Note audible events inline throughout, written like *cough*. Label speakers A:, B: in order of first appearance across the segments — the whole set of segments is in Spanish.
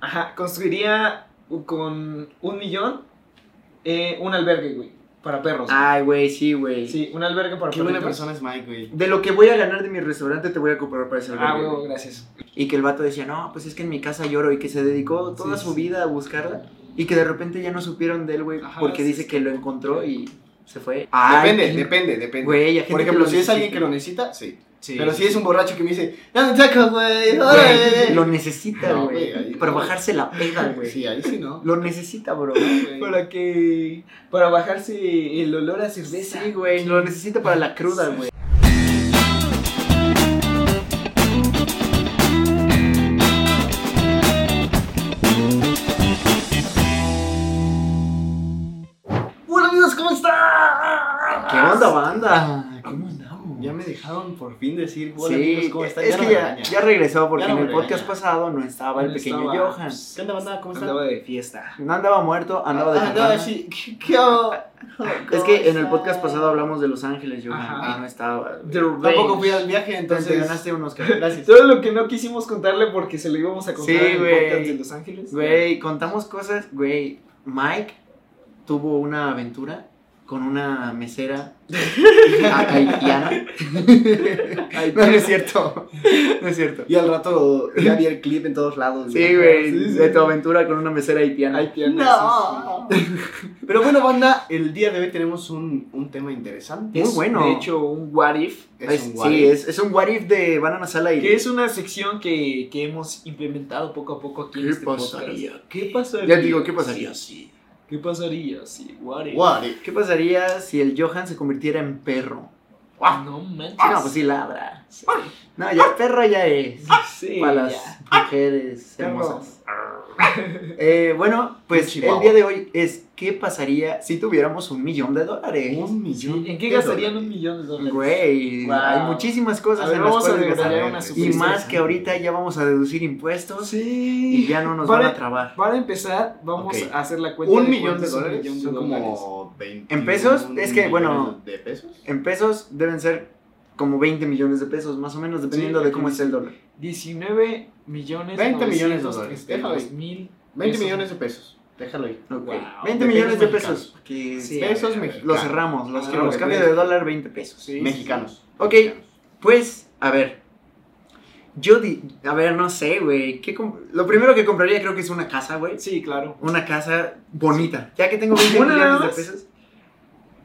A: Ajá, construiría con un millón eh, un albergue, güey, para perros.
B: Ay, güey, sí, güey.
A: Sí, un albergue para
C: Qué buena
A: perritos.
C: persona es Mike, güey.
B: De lo que voy a ganar de mi restaurante te voy a comprar para ese
A: Ah,
B: albergue,
A: güey,
B: güey.
A: gracias.
B: Y que el vato decía, no, pues es que en mi casa lloro y que se dedicó toda
C: Sí,
B: su
C: sí.
B: vida a buscarla y que de repente ya no supieron de él, güey,
C: Ajá,
B: porque
C: sí,
B: dice
C: sí.
B: que lo encontró y se fue.
C: Depende,
B: qué-
C: depende, depende.
B: Güey, hay gente
C: Por
B: que
C: ejemplo,
B: lo
C: si es alguien
B: necesita.
C: que lo necesita, sí.
A: Sí.
C: Pero si es un borracho que me dice, dame un taco, güey.
B: Güey,
C: órale".
B: lo necesita,
C: No,
B: güey.
C: güey, ahí
B: para
C: no.
B: bajarse la pega, güey.
C: Sí, ahí sí, ¿no?
B: Lo necesita, bro.
A: Para que. Para bajarse el olor a cerveza.
B: Sí, güey, lo necesita para la cruda, güey.
C: Hola amigos, ¿cómo están?
B: ¿Qué onda, banda? ¿Cómo andamos?
C: Ya me dejaron por fin decir, hola
B: sí,
C: amigos, ¿cómo están?
B: es
C: Ya no
B: que
C: me
B: ya,
C: regañan.
B: ya regresó porque
C: Ya no
B: en el
C: me
B: podcast
C: regaña.
B: pasado no estaba el
A: No
B: pequeño
A: estaba.
B: Johan.
C: ¿Qué onda, banda? ¿Cómo están?
A: Andaba de fiesta.
B: No andaba muerto, andaba de
C: Ah,
B: campana.
C: no, sí. ¿Qué, qué hago?
B: *laughs* Es que en el podcast pasado hablamos de Los Ángeles, Johan,
A: Ajá.
B: y no estaba. güey.
C: Tampoco fui al viaje,
B: Entonces
C: entonces.
B: te ganaste unos
C: Gracias.
A: Todo lo que no quisimos contarle porque se lo íbamos a contar
B: Sí,
A: en el
B: güey.
A: podcast de Los Ángeles.
B: *laughs* Güey, contamos cosas. Güey, Mike tuvo una aventura con una
C: *laughs*
B: mesera ha- haitiana. *laughs* No, no es cierto. No es cierto.
C: Y al rato ya vi el clip en todos lados.
B: Sí, güey,
A: Sí, sí.
B: de tu aventura con una mesera haitiana.
A: Hay piernas.
C: No. *laughs* Pero bueno, banda, el día de hoy tenemos un, un tema interesante.
B: Muy bueno.
A: De hecho, un what if.
C: Es un
B: Es-
C: what
B: sí,
C: if.
B: es, es un what if de Banana Sala y.
A: Que es una sección que, que hemos implementado poco a poco aquí en
B: ¿Qué
A: este
B: pasaría?
A: podcast. ¿Qué pasaría?
B: Ya digo, ¿qué pasaría?
A: Sí, ¿Qué pasaría? Sí, what if?
C: What if?
B: ¿Qué pasaría si el Johan se convirtiera en perro?
A: No manches.
B: No, pues sí Ah. ladra. No, ya perro ya es.
A: Sí,
B: Para
A: ya.
B: las mujeres
A: Perro. *laughs*
B: hermosas. Eh, bueno, pues
C: Chihuahua.
B: el día de hoy es ¿qué pasaría si tuviéramos un millón de dólares?
C: Un millón.
A: ¿En qué
C: de
A: gastarían
C: dólares.
A: un millón de dólares?
B: Güey,
A: Wow.
B: hay muchísimas cosas
A: A ver,
B: en las
A: vamos a
B: cuales
A: desarrollar
B: gastar.
C: gastar.
A: una
B: Y
A: super-
B: más
C: interesante.
B: que ahorita ya vamos a deducir impuestos
A: Sí.
B: y ya no nos
A: Para-
B: van a trabar.
A: Para empezar, vamos
C: Ok.
A: a hacer la cuenta.
C: Un millón
A: cuánto
C: de
A: es un
C: dólares.
A: millón de
C: Son
A: dólares.
C: como 20.
B: En pesos, es que, bueno, eh,
C: ¿De pesos?
B: En pesos deben ser como 20 millones de pesos, más o menos, dependiendo
A: Sí,
B: de cómo esté el dólar.
A: 19 millones.
C: 20 millones de dólares.
A: 932 mil.
C: 20
A: pesos.
C: millones de pesos. Déjalo ahí.
B: Ok.
A: Wow,
B: 20
C: de
B: millones de
C: pesos
B: pesos. que
A: Sí.
C: Pesos
A: a ver,
C: mexicanos.
B: Los cerramos, los
A: Ah,
B: cerramos.
C: ok.
B: Cambio de dólar, 20 pesos.
A: Sí.
C: Mexicanos.
B: Ok.
C: Mexicanos.
B: Pues, a ver. Yo, di- a ver, no sé, güey. ¿qué comp- Lo primero que compraría creo que es una casa, güey.
A: Sí, claro.
B: Una casa bonita. Ya que tengo 20
A: ¿Una nada
B: millones de
A: más?
B: pesos.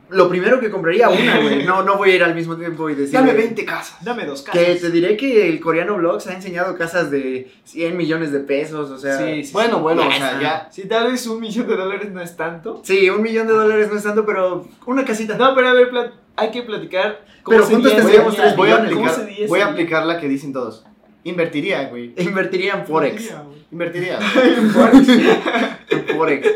B: Lo primero que compraría una, güey. No, no voy a ir al mismo tiempo y decir.
C: Dame 20 casas.
A: Dame dos casas.
B: Que te diré que el coreano Vlogs ha enseñado casas de 100 millones de pesos, o sea.
A: Sí, sí.
C: Bueno, bueno, o
B: Ya
C: sea,
B: está.
C: ya.
A: Si tal vez un millón de dólares no es tanto.
B: Sí, un millón de dólares no es tanto, pero una casita.
A: No, pero a ver, plat- hay que platicar.
B: Pero juntos
A: sería
B: tendríamos
A: ese
B: tres
A: día.
C: Voy a
B: millones,
A: ¿Cómo
C: aplicar,
A: sería ese
C: voy a
A: día?
C: aplicar la que dicen todos. Invertiría, güey.
B: Invertiría en Forex.
C: Invertiría.
B: En *laughs* Forex.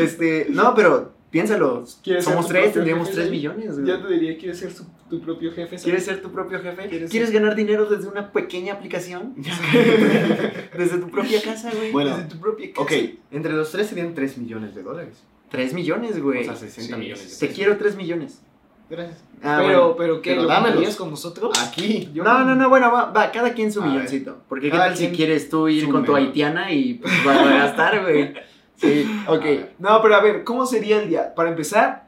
B: Este, no, pero piénsalo.
A: ¿Quieres ser
B: Somos
A: tu
B: tres,
A: propio
B: tendríamos
A: jefe,
B: tres
A: güey?
B: millones. güey.
A: Yo te diría, ¿quieres ser su- tu propio jefe?
B: ¿Quieres ser tu propio jefe?
A: ¿Quieres
B: ¿Quieres,
A: ser-
B: ganar dinero desde una pequeña aplicación? desde tu propia casa, güey.
C: Bueno,
A: Desde tu propia casa.
C: ok. Entre los tres serían 3 millones de dólares.
B: Tres millones,
C: O
B: güey.
C: sea, 60
A: Sí,
C: millones de pesos.
B: Te quiero tres millones.
C: Gracias.
B: Ah,
A: pero,
B: bueno. Ah,
A: pero ¿qué?
C: Pero
A: ¿Lo
C: dámelos.
A: comprarías con nosotros?
C: Aquí.
A: Yo-
B: No, no, no, bueno, va, va, cada quien su
C: A
B: milloncito. Porque qué
C: Cada
B: tal si
C: quien
B: quieres tú ir
C: su
B: con tu
C: millón.
B: haitiana y pues, vas a gastar, güey. Sí, ok.
C: A ver.
A: No, pero a ver, ¿cómo sería el día? Para empezar,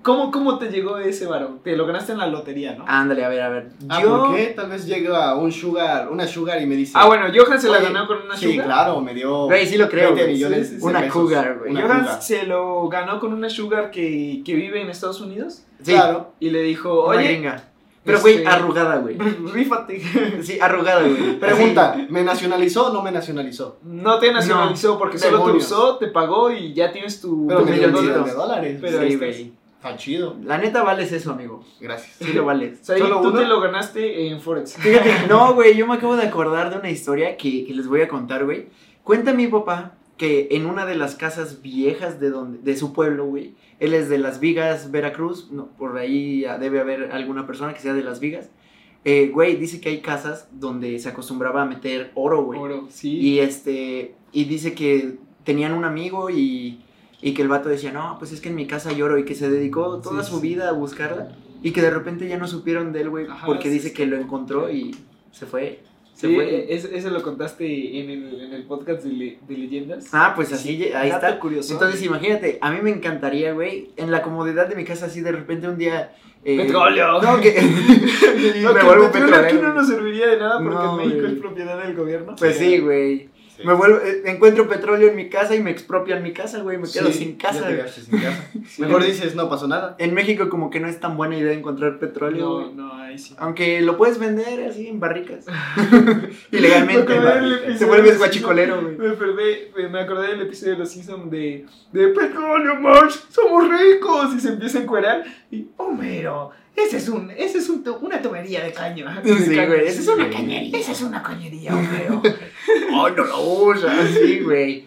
A: ¿cómo, cómo te llegó ese varón? Te lo ganaste en la lotería, ¿no?
B: Ándale, a ver, a ver.
C: Ah,
B: Yo...
C: ¿por qué? Tal vez llega un sugar, una sugar y me dice.
A: Ah, bueno, Johan se la
C: Oye,
A: ganó con una
C: Sí,
A: sugar.
C: claro, me dio.
B: Güey, sí lo creo,
C: 20
B: güey.
C: millones
A: Sí, sí,
C: de
A: sí.
B: Una
C: pesos.
B: cougar, güey.
C: Una
A: Johan
C: cougar.
A: se lo ganó con una sugar que, que vive en Estados Unidos
B: Sí,
C: Claro.
A: y le dijo,
B: una
A: oye,
B: gringa. Pero, güey,
A: este,
B: arrugada, güey.
A: *laughs* rífate.
B: *laughs* Sí, arrugada, güey.
C: Pregunta, ¿me nacionalizó o no me nacionalizó?
A: No te nacionalizó porque solo
B: demonios.
A: te usó, te pagó y ya tienes tu...
C: Pero
A: tu
C: me dio
A: millón
C: un
A: de
C: millón de
A: dólares.
C: dólares.
A: Pero ahí
B: este, Sí,
A: estás.
B: güey.
C: Está chido.
B: La neta vales eso, amigo.
C: Gracias.
B: Sí lo vales.
A: O sea, y
C: ¿Solo
A: tú
C: uno?
A: te lo ganaste en Forex.
B: *laughs* Fíjate, no, güey, yo me acabo de acordar de una historia que, que les voy a contar, güey. Cuenta mi papá que en una de las casas viejas de donde de su pueblo, güey. Él es de Las Vigas, Veracruz. no, por ahí ah, debe haber alguna persona que sea de Las Vigas. Eh, güey, dice que hay casas donde se acostumbraba a meter oro, güey.
A: Oro, sí.
B: Y este, y dice que tenían un amigo y, y que el vato decía, no, pues es que en mi casa lloro y que se dedicó toda
A: Sí,
B: su
A: sí.
B: vida a buscarla y que de repente ya no supieron de él, güey,
A: Ajá,
B: porque
A: sí,
B: dice
A: sí.
B: que lo encontró y se fue. Se
A: Sí,
B: fue.
A: eh, ese, ese lo contaste en el, en el podcast de, le- de leyendas.
B: Ah, pues así, ye- ahí
A: Dato
B: está.
A: curioso.
B: Entonces, imagínate, a mí me encantaría, güey, en la comodidad de mi casa, así de repente un día. eh,
A: Petróleo.
B: No, que. *laughs* Y
A: Lo
B: me
A: que
B: vuelvo
A: el petróleo aquí no
B: petrolero.
A: nos serviría de nada porque
B: No,
A: en México
B: güey.
A: es propiedad del gobierno.
B: Pues sí, güey.
C: Sí.
B: Me vuelvo, eh, encuentro petróleo en mi casa y me expropian mi casa, güey. Me quedo
C: Sí,
B: sin
C: ya
B: casa.
C: te
B: güey.
C: quedaste sin casa. *laughs*
A: Sí.
C: Mejor dices, no pasó nada.
B: En México como que no es tan buena idea encontrar petróleo,
A: No,
B: güey.
A: no, ahí sí.
B: Aunque lo puedes vender así
A: *laughs*
B: en barricas.
A: Me
B: *laughs* Ilegalmente.
A: acordé
B: güey.
A: del episodio
B: Te vuelves
A: de
B: guachicolero, güey.
A: Me perdí, me- me acordé del episodio de los Simpsons de, de Petróleo March, somos ricos. Y se empieza a encuerar. Y Homero, ese es un, ese es un tu- una tubería de caño.
B: Sí,
A: De caño.
B: güey, esa es una
A: Sí.
B: cañería.
A: Esa es una cañería, Homero.
B: *laughs* Oh, no lo usa. Sí, güey.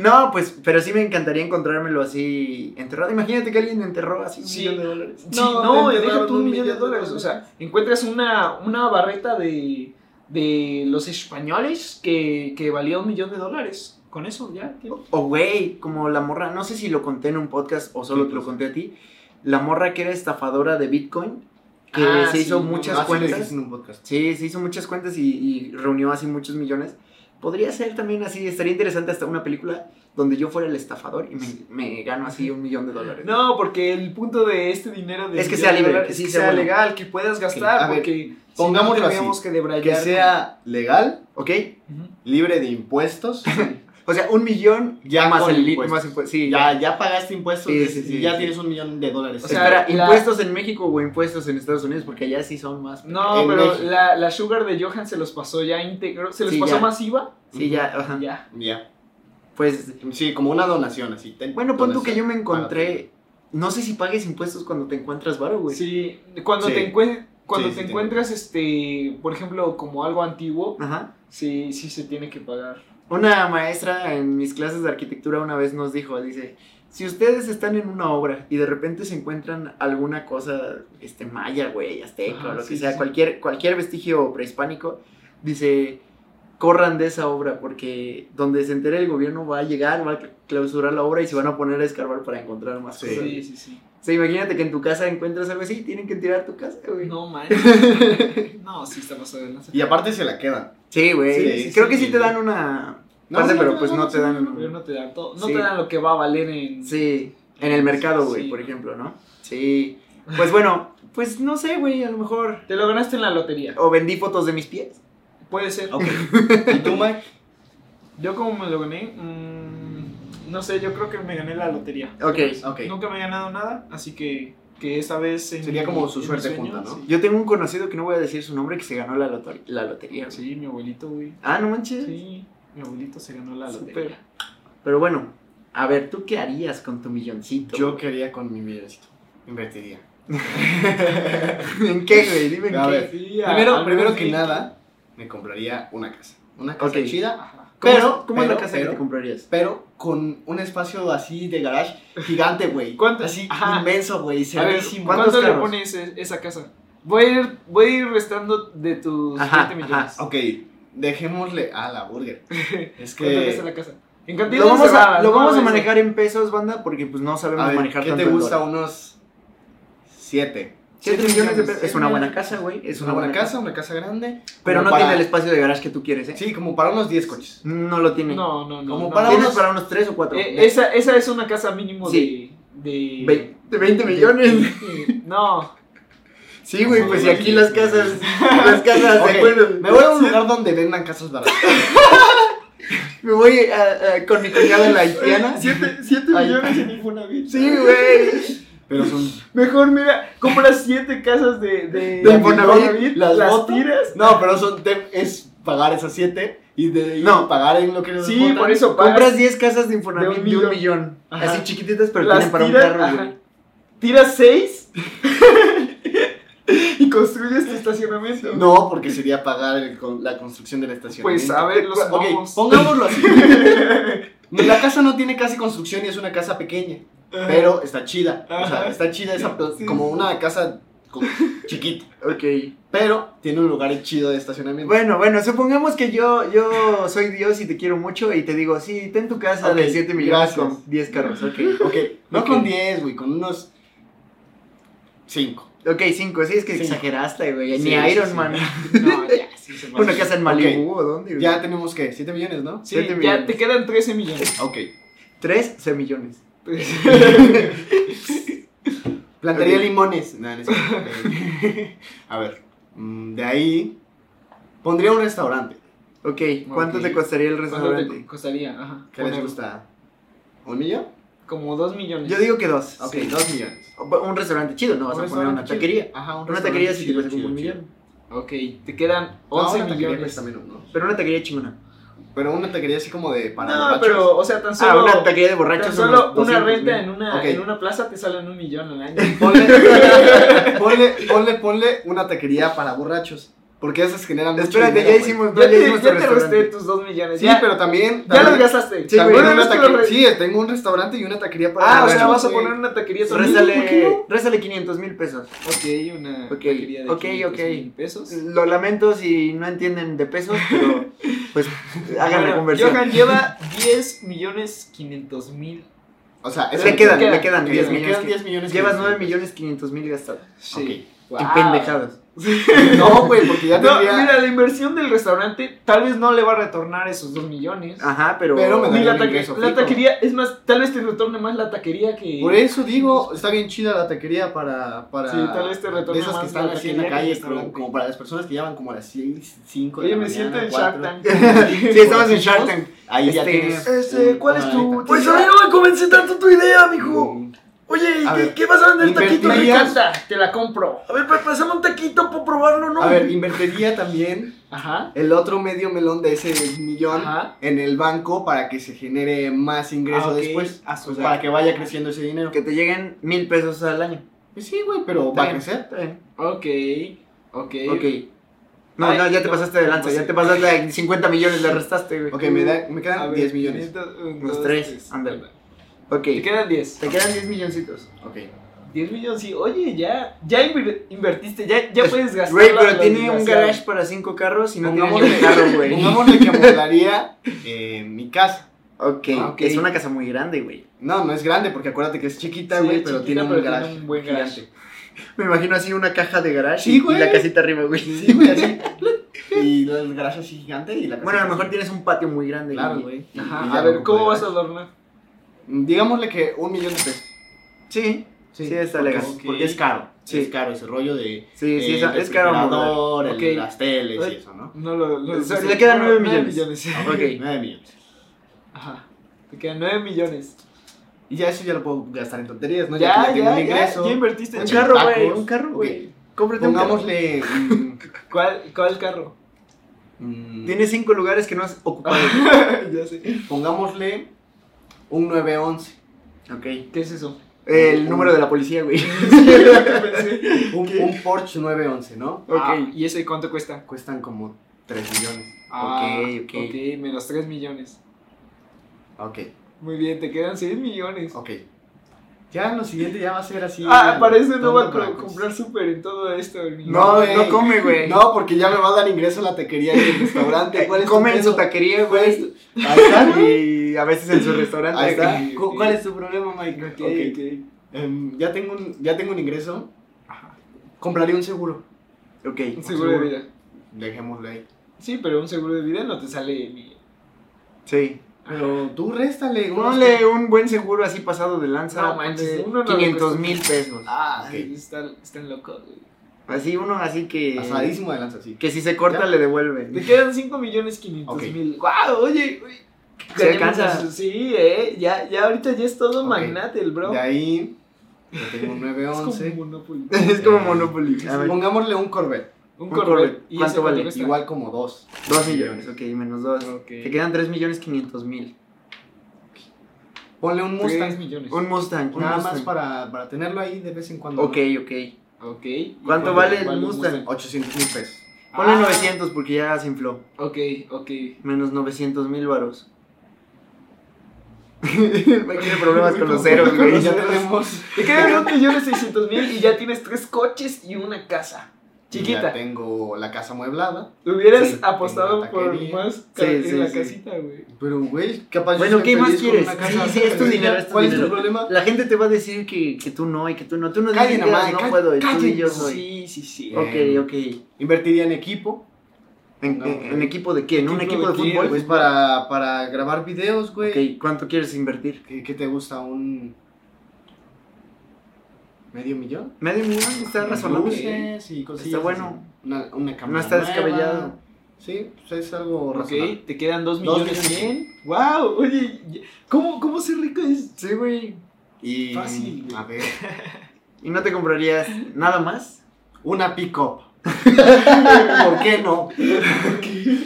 B: No, pues, pero sí me encantaría encontrármelo así enterrado. Imagínate que alguien enterró así un
A: Sí.
B: millón de dólares.
A: Sí, no, y
C: te
A: deja
C: enterraron
A: tú un millón de dólares. O sea, encuentras una, una barreta de, de los españoles que, que valía un millón de dólares. Con eso ya. tío.
B: O, güey, como la morra, no sé si lo conté en un podcast o solo
C: ¿Qué
B: te lo
A: pues.
B: conté
C: cosa?
B: a ti. La morra que era estafadora de Bitcoin, que
A: Ah,
B: se
A: sí,
B: hizo
A: no,
B: muchas
C: Ah, sí, lo
B: cuentas.
C: dijiste en un podcast.
B: Sí, se hizo muchas cuentas y, y reunió así muchos millones. Podría ser también así, estaría interesante hasta una película donde yo fuera el estafador y me, me gano así un millón de dólares.
A: No, porque el punto de este dinero de
B: Es que
A: millón
B: sea
A: de
B: libre,
A: dólares
B: que
A: es
B: sí
A: que
B: sea
A: sea
B: bueno.
A: legal, que puedas
C: a
A: gastar,
C: ver,
A: porque si no
C: pongámoslo así,
A: tendríamos que debrayar.
C: Que sea legal,
B: ¿Ok?
A: Ujú.
C: libre de impuestos.
B: O sea, un millón
C: Ya
B: más
C: con
B: el li-
C: impuestos.
B: más impuestos. Sí,
C: Ya, ya pagaste impuestos
B: Sí,
C: y
B: sí, sí,
C: ya
B: sí.
C: tienes un millón de dólares.
A: O sea,
B: Espera,
A: la-
B: impuestos en México o impuestos en Estados Unidos, porque allá sí son más.
A: No,
C: en
A: pero
C: México.
A: la, la Sugar de Johan se los pasó ya íntegro, se los
B: Sí,
A: pasó
B: ya. Ah,
A: masiva.
B: Sí, ya, ajá.
A: Ya.
C: Ya.
B: Pues,
C: Sí, como una donación así. ten-
B: bueno, pon tú
C: donación.
B: que yo me encontré. No sé si pagues impuestos cuando te encuentras varo, güey.
A: Sí, cuando
C: Sí.
A: te encuentres, cuando
C: Sí, sí,
A: te
C: sí.
A: encuentras este, por ejemplo, como algo antiguo,
B: Ajá.
A: Sí, sí se tiene que pagar.
B: Una maestra en mis clases de arquitectura una vez nos dijo, dice, si ustedes están en una obra y de repente se encuentran alguna cosa, este, maya, güey, azteca
A: Ajá,
B: o lo
A: sí,
B: que sea,
A: sí.
B: cualquier, cualquier vestigio prehispánico, dice, corran de esa obra porque donde se entere el gobierno va a llegar, va a cl- clausurar la obra y se van a poner a escarbar para encontrar más
C: Sí.
B: cosas.
A: Sí, sí, sí.
B: O sea, imagínate que en tu casa encuentras algo así, tienen que tirar tu casa, güey.
A: No, manches.
B: *laughs*
A: No, sí está pasado de lanza.
C: Y aparte se la quedan.
B: Sí, güey.
C: Sí,
B: Creo
C: sí,
B: que sí,
C: sí.
B: te dan una...
C: No,
B: parte,
C: sí,
B: pero
C: no,
B: pues
C: no,
B: no,
C: no,
B: te
C: sí,
B: dan...
C: no,
A: Pero no te dan todo. No
B: Sí.
A: te dan lo que va a valer en.
B: Sí, en el mercado, güey,
A: Sí.
B: por ejemplo, ¿no? Sí. Pues bueno, pues no sé, güey, a lo mejor.
A: Te lo ganaste en la lotería.
B: O vendí fotos de mis pies.
A: Puede ser. *laughs*
C: Ok. ¿Y tú, Mike?
A: Yo como me lo gané, mm, no sé, yo creo que me gané la lotería.
B: Ok.
C: Ok.
A: Nunca me he ganado nada, así que, que esta vez... en
C: Sería
A: mi-
C: como su
A: en mi
C: suerte
A: sueño,
C: junta, ¿no?
A: Sí.
B: Yo tengo un conocido que no voy a decir su nombre que se ganó la, loto- la lotería. güey.
A: Sí, mi abuelito, güey.
B: Ah, no manches.
A: Sí, mi abuelito se ganó la
B: Súper.
A: lotería.
B: Pero bueno, a ver, ¿tú qué harías con tu milloncito?
C: Yo quería con mi milloncito. Invertiría.
B: *laughs* ¿En qué, güey? Dime en
C: A
B: qué.
C: ver.
A: Sí, a-
C: Primero,
A: al
C: primero
A: menos
C: que
A: sí.
C: nada, me compraría una casa. Una casa
B: Ok.
C: chida.
A: Ajá.
B: ¿Cómo
C: Pero,
B: es- ¿cómo es la
C: pero,
B: casa
C: pero-
B: que te comprarías?
C: Pero con un espacio así de garage gigante, güey.
A: ¿Cuánto?
C: Así
A: Ajá.
C: inmenso,
A: A
C: güey.
A: ver,
C: Cerrísimo.
B: ¿cuántos
A: ¿cuánto le
B: carros?
A: pones e- esa casa? Voy a ir, voy a ir restando de tus
B: Ajá,
A: 20 millones.
C: Ok, dejémosle a
B: *laughs*
C: la burger. Es
A: ¿Cuánto le cuesta
C: que.
A: la casa? En
B: Lo
A: cantidades
B: vamos, a,
A: cerradas,
B: lo
A: ¿no?
B: vamos a
A: Eso.
B: manejar en pesos, banda, porque pues no sabemos
C: A ver,
B: manejar
C: ¿qué
B: tanto
C: te
B: el
C: gusta?
B: dólar.
C: Unos. Siete.
B: Siete
A: Siete
B: millones de
A: millones.
B: pesos. Es una buena casa, güey.
C: Es una buena casa, una casa grande.
B: Pero
C: como
B: no
C: para-
B: tiene el espacio de garage que tú quieres, ¿eh?
C: Sí, como para unos 10 coches.
B: No lo tiene.
A: No, no, no.
C: Como
A: no.
C: para
B: Tienes
C: unos-
B: para unos 3 o 4.
A: Eh, esa, esa es una casa mínimo
B: Sí.
A: de... de...
B: de 20 millones.
A: Sí, No,
B: Sí, güey, pues si aquí las casas. Las casas,
C: Ok,
B: ¿de acuerdo?
C: Me voy a un lugar donde vendan casas baratas.
B: Me voy a- a- con mi cuñada
A: *laughs*
B: la haitiana.
A: 7
B: Ay.
A: millones en Infonavit.
B: Sí, güey.
C: Pero son.
A: Mejor, mira, compras 7 casas de, de,
B: De Infonavit,
A: las,
C: las botas.
A: tiras.
C: No, pero son. te- es pagar esas 7 y de ahí
B: No.
C: pagar en lo que les
A: Sí,
C: botan.
A: por eso pagas.
B: Compras 10 casas de Infonavit
A: De
B: de
A: un
B: un millón.
A: millón.
B: Así
A: Ajá.
B: chiquititas, pero
A: Las
B: tienen para
A: tiras,
B: un carro,
A: ajá.
B: güey.
A: tiras
B: *laughs*
A: 6 y construyes tu estacionamiento.
C: No, porque sería pagar el con- la construcción de la estación.
A: Pues a ver, los
C: Ok,
A: vamos. *laughs*
C: pongámoslo así. la casa no tiene casi construcción y es una casa pequeña, pero está chida. O sea,
A: Ajá.
C: está chida esa pla-
A: Sí.
C: como una casa co- chiquita,
B: Ok.
C: pero tiene un lugar chido de estacionamiento.
B: Bueno, bueno, supongamos que yo, yo soy Dios y te quiero mucho y te digo, sí, ten tu casa
C: Ok,
B: de 7 millones
C: gracias.
B: con 10 carros, ok.
C: Ok, no
B: Ok.
C: con 10, güey, con unos 5.
B: Ok, cinco, sí, es que
C: Sí.
B: exageraste, güey.
C: Sí,
B: Ni
C: sí,
B: Iron
C: sí.
B: Man.
A: No, ya, sí
B: *laughs*
A: se
B: Una casa en Malibu o dónde, güey.
C: Ya tenemos que 7 millones, ¿no?
A: Sí,
B: siete
A: ya
B: millones.
A: te quedan 13
B: *laughs*
A: millones. Pues,
C: Ok.
B: Tres semillones.
A: *laughs*
C: Plantaría
B: Ok.
C: limones. Nah, no es cierto. Eh, *laughs* a ver. mm, De ahí. Pondría un restaurante.
B: Ok, ¿cuánto
A: Ok.
B: te costaría el
A: ¿Cuánto te
B: restaurante?
A: costaría? Ajá.
C: ¿Qué les
A: poner
C: gusta? ¿Un millón?
A: Como 2 millones.
B: Yo digo que dos.
C: Ok,
B: Sí.
C: dos millones.
B: O- Un restaurante chido, no vas
A: Un
B: a poner una
A: restaurante chido.
B: taquería.
C: Ajá, un
B: Una
C: restaurante
B: taquería sí te
C: chido,
B: cuesta como
C: chido,
B: un
C: chido.
B: millón.
A: Ok, te quedan
C: No, una
A: 11
C: taquería
B: pues,
A: millones.
C: cuesta menos, ¿no?
B: Pero una taquería chingona.
C: Pero una taquería así como de para
A: No,
C: borrachos.
A: pero, o sea, tan
B: Ah,
A: solo,
B: una taquería de borrachos.
A: tan
B: son
A: solo
B: unos
A: una
B: 200
A: renta
B: mil. Pues,
A: en una,
C: Ok.
A: en una plaza te salen un millón al año.
C: Ponle, *laughs* ponle, ponle, ponle una taquería para borrachos. Porque esas generan mucho
B: Espérate,
C: dinero,
B: ya
C: güey.
B: hicimos
A: Ya
B: ya
A: te,
B: hicimos tu
A: ya te resté
B: restaurante.
A: tus 2 millones.
C: Sí,
A: ya,
C: pero también.
A: ya los
C: también-
A: gastaste.
B: Sí, güey.
C: también una
A: Bueno, es que
C: taquería-
A: lo re-
C: sí, tengo un restaurante y una taquería para
A: Ah, o
C: borrachos.
A: sea, vas a
C: güey.
A: poner una taquería también.
B: Réstale, réstale 500 mil pesos.
A: Ok, una
B: Ok,
A: taquería de
B: ok,
A: 500
B: ok.
A: mil pesos.
B: Lo lamento si no entienden de pesos,
A: *laughs*
B: pero pues hagan la
A: Bueno,
B: conversión.
A: Johan lleva 10 millones 500 mil.
C: O sea,
B: Le quedan,
A: queda,
B: le quedan
C: ok,
B: 10
C: me
B: millones.
C: quedan
B: que-
C: 10 millones que-
B: Pues Llevas 9 millones 500 mil gastados.
A: Wow.
B: En pendejadas.
C: No, güey, porque ya
A: No,
C: tendría.
A: mira, la inversión del restaurante tal vez no le va a retornar esos 2 millones.
C: Ah,
B: Ajá, pero.
C: Pero me
A: Ni
C: daría
A: la,
C: un
A: taque-
C: ingreso
A: la
C: fijo.
A: taquería, es más, tal vez te retorne más la taquería que.
C: Por eso digo, está bien chida la taquería para. para
A: Sí, tal vez te retorne
C: de esas
A: más
C: que están
A: la
C: así en
A: taquería
C: la
A: que el
C: calle,
A: restaurante.
C: como, como para las personas que llevan como a las 6, 5 de
A: Oye,
C: la
A: me siento
C: mañana,
A: en Shark
C: 4. *laughs*
A: Tank.
B: *laughs*
A: *laughs*
B: Sí, estamos en Shark Tank.
C: Ahí ya
B: Este,
C: tienes.
D: Este, ¿cuál es tu...?
C: Pues,
D: Pues a mí no me convence tanto tu idea, mijo.
C: mm,
D: Oye, ¿y
C: A
D: qué-
C: ver,
D: ¿qué vas a vender
C: invertiría-
D: taquitos
A: Me
D: ricos?
A: encanta, te la compro.
D: A ver, pa- pásame un taquito para probarlo, ¿no?
C: A ver, invertiría también
A: Ajá.
C: el otro medio melón de ese millón
A: Ajá.
C: en el banco para que se genere más ingreso
A: Ah, ok.
C: después.
A: Ah, o sea,
C: para que vaya creciendo ese dinero.
B: Que te lleguen mil pesos al año.
C: Pues sí, güey, pero
B: Está
C: va a
B: bien.
C: crecer.
B: Está bien.
A: Ok, ok.
B: Ok. No,
A: Ay,
B: no, ya te
A: no,
B: pasaste de lanza.
A: no
B: Ya
A: sé.
B: te pasaste de 50 millones, le restaste, güey.
C: Ok, me, da- me
A: A
C: quedan
A: ver,
C: 10 millones.
A: 500, un,
B: Los
A: dos,
B: tres,
A: tres.
B: ándale. Ok.
A: Te quedan 10.
B: Te quedan 10 milloncitos.
C: Ok.
A: 10 millones, sí. Oye, ya, ya invir- invertiste, ya, ya puedes gastar.
B: Güey,
A: lo-
B: pero
A: lo
B: tiene un
A: desgraciado.
B: garage para 5 carros y no tiene ni
C: Pongámosle-
B: un carro, güey.
C: Pongámosle que amoblaría eh, mi casa. Ah,
B: Ok,
A: Ok.
B: Es una casa muy grande, güey.
C: No, no es grande, porque acuérdate que es chiquita,
A: Sí,
C: güey, pero
A: chiquita,
C: tiene un
A: pero
C: garage.
A: un buen garage.
B: Me imagino así una caja de garage
C: Sí,
B: y- y
C: güey.
B: la casita arriba, güey.
C: Sí, güey, así. *laughs* y el garage así gigante y la
B: Bueno, a lo
C: casita
B: mejor
C: así.
B: tienes un patio muy grande.
C: Claro,
B: y-
C: güey.
A: Ajá,
C: Y ya
A: a
C: lo
A: ver, ¿cómo
C: ocupo de
A: vas a adornar?
C: Mm, Digámosle que un millón de pesos.
B: Sí, sí, está
C: porque-
B: legal.
C: Porque, es caro.
B: Sí.
C: Es caro ese rollo de.
B: Sí, sí,
C: eh,
B: es, es caro. amor.
C: refrigerador, el-
A: Ok.
C: las teles
A: Ay.
C: y eso, ¿no?
A: No lo. lo-
B: Se- se
A: sorry,
B: le quedan
A: no,
B: nueve
A: nueve
B: millones.
A: millones.
C: *laughs*
B: Ok.
C: 9 millones.
A: Ajá. Te quedan 9 millones.
C: Y ya eso ya lo puedo gastar en tonterías, ¿no? Ya,
A: Ya,
C: que tengo
A: ya,
C: un
A: ya,
C: ingreso.
A: ya invertiste en
B: Un
C: Ok.
A: carro.
B: carro, güey.
C: tacos.
B: Un carro,
C: Ok.
B: güey. Cómprate un
A: *laughs*
B: carro.
C: Pongámosle. mm,
A: ¿Cuál, ¿Cuál
B: *laughs*
A: carro?
C: mm,
B: Tienes cinco lugares que no has ocupado.
A: ya sé.
C: Pongámosle un 911.
B: ok.
A: ¿Qué es eso?
B: El número de la policía,
C: *laughs*
B: güey.
C: Un, un Porsche 911, ¿no?
B: Ok.
A: Ah, ¿Y ese cuánto cuesta?
C: Cuestan como 3 millones.
A: Ah,
B: ok.
A: Ok, menos 3 millones.
C: Ok,
A: Muy bien, te quedan 6 millones.
C: ok. Ya lo siguiente ya va a ser así.
A: Ah,
C: ya,
A: para eso no
C: tonto
A: va a
C: para
A: co-
C: cosas.
A: comprar súper en todo esto. ni-
C: No,
B: No,
C: güey.
B: no come, güey.
C: No, porque ya me va a dar ingreso la taquería y el restaurante. ¿Cuál es tu
B: come en su
C: pedo?
B: taquería,
C: ¿Cuál es
B: güey.
C: tu- Ahí *laughs* está, güey.
B: *laughs* Y a veces en su restaurante.
C: Ahí está.
A: Ok,
C: ¿Cu-
A: ok.
C: ¿Cuál es tu problema, Mike?
A: Ok,
C: Ok. Em, ya, tengo un, ya tengo un ingreso.
A: Ajá.
C: Compraría un seguro.
B: Ok. pues,
A: ok. Un seguro de
C: seguro.
A: vida.
C: Dejémoslo ahí.
A: Sí, pero un seguro de vida no te sale ni.
B: Sí.
C: Pero tú réstale. unos-
B: Ponle un buen seguro así pasado de lanza.
A: No manches,
B: ponle
A: uno no le
B: 500
A: cuesta.
B: mil pesos.
C: Ah, ok.
A: Ay, están, están locos, güey.
B: Así uno así que.
C: Pasadísimo de lanza, sí.
B: Que si se corta
C: ¿Ya?
B: le
A: Te
C: *laughs*
B: devuelve.
A: quedan 5 millones 500
C: Ok.
A: mil. ¡Guau! Oye, uy.
B: Se alcanza.
A: Sí, eh. Ya, ya ahorita ya es todo
C: Ok.
A: magnate el bro.
C: De ahí, yo tengo un
A: es como
C: 911.
B: *laughs*
A: Monopoly.
B: *laughs* es
C: Eh,
B: como Monopoly. A ver,
C: Pongámosle un Corvette.
A: Un
B: Un
A: Corvette.
B: Corvette.
A: ¿Y
B: ¿Cuánto
A: ese
B: vale?
A: cuesta?
C: Igual como dos.
B: 2 millones, ok, menos 2.
A: Ok.
B: Te quedan 3 millones 500 mil.
C: Ponle un
A: Tres
C: Mustang.
A: millones.
B: Un Mustang, un
C: Pues, Nada
B: Mustang.
C: más para, para tenerlo ahí de vez en cuando.
B: Ok, ok.
A: Ok.
B: ¿Cuánto
A: ¿Y
B: vale el Mustang?
C: 800 mil pesos.
B: Ponle
A: Ah.
B: 900 porque ya se infló.
A: Ok, ok.
B: Menos 900 mil varos. *laughs* Me tiene problemas con los ceros, güey.
C: ya tenemos.
A: Te quedan 2 millones 600 mil y ya tienes 3 coches y una casa. Chiquita.
C: Ya tengo la casa mueblada.
A: Hubieras
C: Sí,
A: apostado
C: tengo
A: por
C: taquería.
A: más ca-
B: Sí,
A: en
B: sí,
A: la
B: sí.
A: casita, güey.
C: Pero, güey, capaz yo
B: Bueno,
C: estoy
B: ¿qué más
C: feliz con
B: quieres?
C: una
B: Sí,
C: casa.
B: sí, es tu dinero, es tu
C: ¿Cuál es tu
B: dinero.
C: problema?
B: La gente te va a decir que, que tú no y que tú no. Tú no dices,
C: Callen, mamá,
B: no
C: ca-
B: puedo, y tú
C: callen.
B: y yo soy.
A: Sí, sí, sí.
C: Ok.
B: Ok, ok. ¿En,
C: Invertiría en equipo. No,
B: en-
C: güey.
B: en equipo de qué? ¿En un equipo de
A: ¿Equipo de
B: fútbol?
A: qué,
C: Pues para, para grabar videos, güey.
B: Ok, ¿cuánto quieres invertir?
C: ¿Qué, qué te gusta? ¿Un medio millón?
B: Medio millón está razonable.
C: Luces y cosillas
B: Está
C: así.
B: bueno.
C: Una, una cámara
B: No está
C: nueva.
B: descabellado.
C: Sí, pues es algo
A: Ok,
C: razonable.
A: te quedan dos
C: Dos
A: millones
C: millones.
A: cien. Wow, oye, ya- ¿cómo, cómo ser rico es?
B: Sí, güey.
C: Y,
A: Fácil, güey.
C: a ver,
B: ¿Y no te *laughs* comprarías nada más?
C: una pick-up. ¿Por qué no? Pues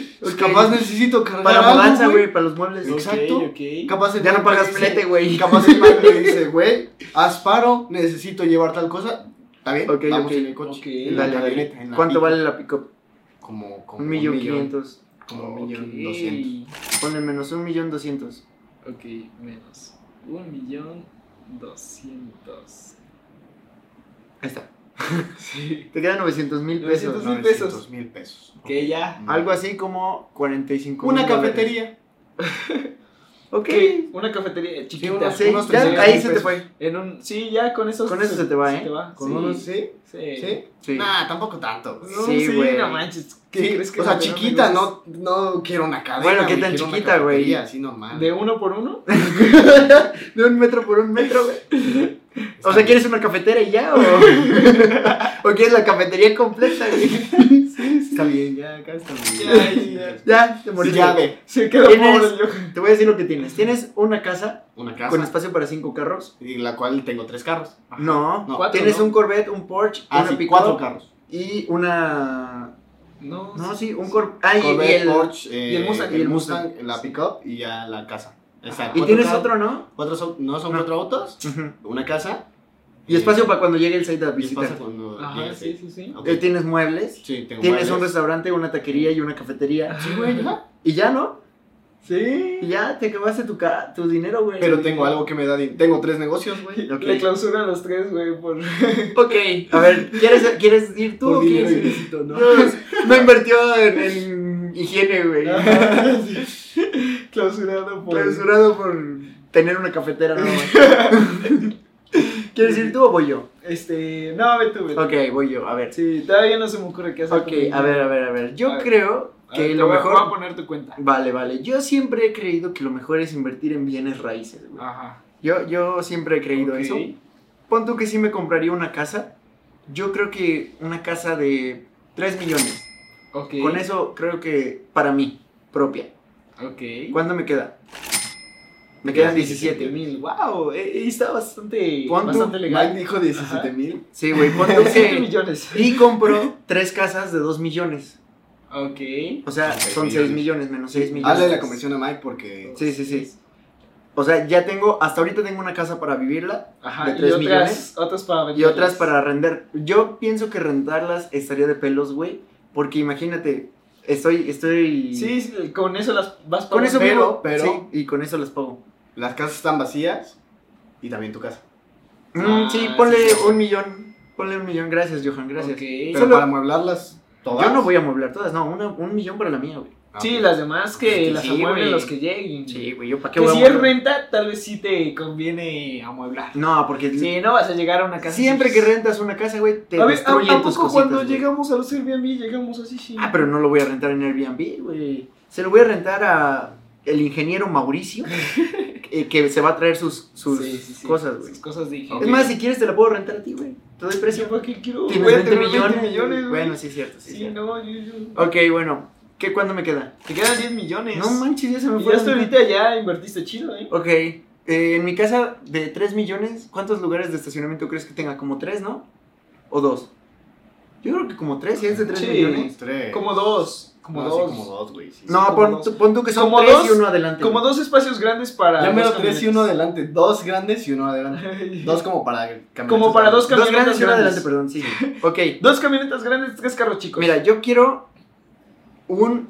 B: *laughs* Ok.
C: Capaz necesito cargar
B: Para
C: algo,
B: mudanza, güey, para los muebles.
C: Ok. Exacto.
A: Ok, ok.
C: Capaz el
B: Ya no
C: man me
B: pagas
C: dice-
B: flete, güey.
C: Capaz
B: *laughs*
C: el man me dice, güey, haz paro, necesito llevar tal cosa. ¿Está bien?
B: Ok,
C: Vamos
B: ok,
C: en el coche.
A: ok.
C: En la
B: Dale, dale.
C: camioneta, en la
B: ¿Cuánto
C: pick-up.
B: vale la pick-up?
C: Como, como
B: Un millón quinientos.
C: Como un millón doscientos.
B: Ponle menos un millón doscientos.
A: Ok, menos. Un millón doscientos.
B: Ahí está.
A: Sí.
B: Te quedan 900 mil pesos.
A: 900,000
C: 900 mil pesos.
A: Ok, ya.
B: Algo así como 45
C: Una
B: mil dólares.
C: cafetería.
B: Ok.
A: Ok, Una cafetería eh, chiquita.
C: unos-
B: Sí,
C: unos
B: ya,
C: 300
B: ahí
C: mil
B: se te
C: pesos.
B: fue.
A: En un, sí, ya con eso.
B: Con eso se te va, ¿eh?
C: Con
A: sí,
C: unos, ¿sí?
A: Sí.
C: ¿Sí?
B: Sí.
C: Nah, tampoco tanto. güey.
A: No,
B: Sí, güey.
A: no manches. ¿qué
C: Sí,
A: crees que
C: o sea,
A: no tenemos
C: chiquita,
A: negocios?
C: no, no quiero una cadena.
B: Bueno, ¿qué
C: güey,
B: tan
C: quiero una
B: chiquita, güey?
C: cafetería, Así normal.
A: ¿De uno por uno?
B: *laughs* De un metro por un metro, güey.
C: Está
B: O sea,
C: bien.
B: ¿quieres una cafetera y
C: *laughs*
B: ya? ¿O, *laughs* ¿O quieres la cafetería completa, güey?
C: Está bien, ya, acá está
A: Ya,
C: bien.
A: ya,
B: Ya, te
C: Sí,
B: moriste.
C: ya ve.
A: *laughs* Se quedó
B: ¿Tienes-
A: pobre el Johan.
B: Te voy a decir lo que tienes. Tienes una casa
C: Una casa.
B: con espacio para cinco carros.
C: Y la cual tengo tres carros.
B: No.
C: No.
A: Cuatro,
B: tienes
A: ¿no?
B: un Corvette, un Porsche,
C: Ah,
B: una
C: sí,
B: pick-up
C: cuatro carros.
B: y una...
A: No,
B: No, sí, un Corvette. Ah, y- y,
C: Corvette,
B: el-
C: Porsche, eh,
A: y el Mustang.
C: el
B: Y el
C: Mustang, la
A: Sí.
C: pickup y ya la casa. Está,
B: y
C: cuatro
B: tienes
C: carros.
B: otro, ¿no?
C: Cuatro son- no son
B: No.
C: cuatro autos,
B: Ujú.
C: una casa. Eh,
B: Y espacio para cuando llegue el site a
C: Y espacio
B: visitar.
C: cuando
A: Ajá,
C: llegues,
A: sí, sí, sí.
C: Ok.
B: Eh, Tienes muebles.
C: Sí, tengo
B: Tienes un
C: muebles.
B: restaurante, una taquería y una cafetería.
C: Sí, güey, ya.
B: Y ya, ¿no?
A: Sí.
B: Y ya te acabaste tu, ca- tu dinero, güey.
C: Pero tengo algo que me da din- Tengo tres negocios,
B: *laughs*
C: güey.
B: Ok.
A: Le clausuran los tres, güey, por...
B: Ok. A ver, ¿quieres, ¿quieres ir tú
C: Por
B: o
C: dinero
B: quieres
C: y
B: ir?
C: visito, ¿no?
B: No, no invirtió en, en higiene, güey. *laughs*
A: Sí. Clausurado Ah, por...
B: Clausurado por tener una
A: *laughs*
B: cafetera nomás. ¿Quieres ir tú o voy yo?
A: Este... No, ve tú, ve tú.
B: Ok, voy yo, a ver.
A: Sí, todavía no se me ocurre qué hacer.
B: Ok, a ver, a ver, a ver. Yo
A: A ver.
B: creo que
A: Que
B: lo mejor.
A: Voy a poner tu cuenta.
B: Vale, vale. Yo siempre he creído que lo mejor es invertir en bienes raíces, güey.
A: Ajá.
B: Yo, yo siempre he creído
A: Ok.
B: eso. Pon tú que sí me compraría una casa. Yo creo que una casa de 3 millones.
A: Ok.
B: Con eso creo que para mí, propia.
A: Ok.
B: ¿Cuándo me queda? Me quedan
C: quedan
B: 17 mil.
A: mil. Wow, eh, eh, está bastante,
B: Pon tu
A: bastante legal.
C: Mike dijo 17 mil.
B: Sí, güey, pon *laughs*
A: *laughs*
B: tú
A: 17
B: que...
A: millones.
B: Y compro tres casas de 2 millones.
A: Ok.
B: O sea,
C: Son seis
B: son 6
C: millones.
B: millones menos 6 millones.
C: Hazle la comisión a Mike porque.
B: Sí, sí, sí. O sea, ya tengo, hasta ahorita tengo una casa para vivirla
A: Ajá.
B: De
A: y
B: tres
A: otras,
B: millones.
A: otras para
B: y
A: venderlas.
B: otras para render. Yo pienso que rentarlas estaría de pelos, güey. Porque imagínate, estoy, estoy...
A: Sí, sí, con eso las vas
B: con eso
A: pagando.
B: vivo,
C: pero- pero-
B: sí, y con eso las pago.
C: Las casas están vacías y también tu casa.
B: Mm,
A: Ah,
B: sí,
A: sí,
B: ponle
A: sí.
B: un millón, ponle un millón, gracias, Johan, gracias.
C: Pero
A: Ok.
B: Solo-
C: para amueblarlas todas.
B: Yo no voy a mueblar todas, no, una- un millón para la mía, güey.
C: Ah,
A: Sí,
C: ok.
A: las demás que
B: pues Sí,
A: las
B: sí,
A: amueblen
B: güey.
A: los que lleguen.
B: Sí, güey, yo para qué
A: que
B: voy a
A: si es
B: mueblar?
A: renta, tal vez sí te conviene amueblar.
B: No, porque
A: Sí, no vas a llegar a una casa.
B: siempre
A: así.
B: que rentas una casa, güey, te
A: A ver, ¿a,
B: destruyen
A: a
B: tus
A: poco
B: cositas.
A: cuando
B: güey.
A: llegamos a los Airbnb llegamos así, sí?
B: Ah, pero no lo voy a rentar en Airbnb, güey. Se lo voy a rentar a el
A: *laughs*
B: ingeniero Mauricio, eh, que se va a traer sus, sus
A: Sí, sí, sí.
B: cosas, güey.
A: Sus cosas de
C: Ok.
B: Es más, si quieres te la puedo rentar a ti, güey. Te doy precio.
A: Yo para qué quiero.
B: Tienes
A: voy a
B: 20
A: tener
B: millones.
A: 20 millones, güey.
B: bueno, sí es cierto, sí, es
A: Sí,
B: cierto.
A: no, yo, yo.
B: Ok, bueno. ¿Qué cuándo me queda?
A: Te quedan 10 millones.
B: No manches, ya se me
A: Y
B: fue.
A: Pues, ya
B: la
A: hasta
B: mitad.
A: ahorita ya invertiste chido, ¿eh?
B: Ok. eh, en mi casa de 3 millones, ¿cuántos lugares de estacionamiento crees que tenga? ¿Como 3, no? ¿O 2? Yo creo que como 3, si es de 3
A: Sí.
B: millones.
C: Tres.
A: Como dos. Como
C: No, sí,
A: dos.
C: como dos, güey. sí.
B: No,
A: como
B: pon,
A: dos.
B: pon tú que son
A: Como
B: 3 y
A: dos-
B: 1 adelante.
A: Como dos espacios grandes para.
C: Ya me
A: dos
C: lo tres y uno adelante. Dos grandes y uno adelante.
A: camionetas. *laughs*
C: Dos como para camionetas
A: Como para dos
B: Dos grandes
A: camionetas
B: y 1 adelante,
A: grandes. *laughs*
B: perdón, sí. Ok.
A: Dos camionetas grandes, tres carros chicos.
B: Mira, yo quiero un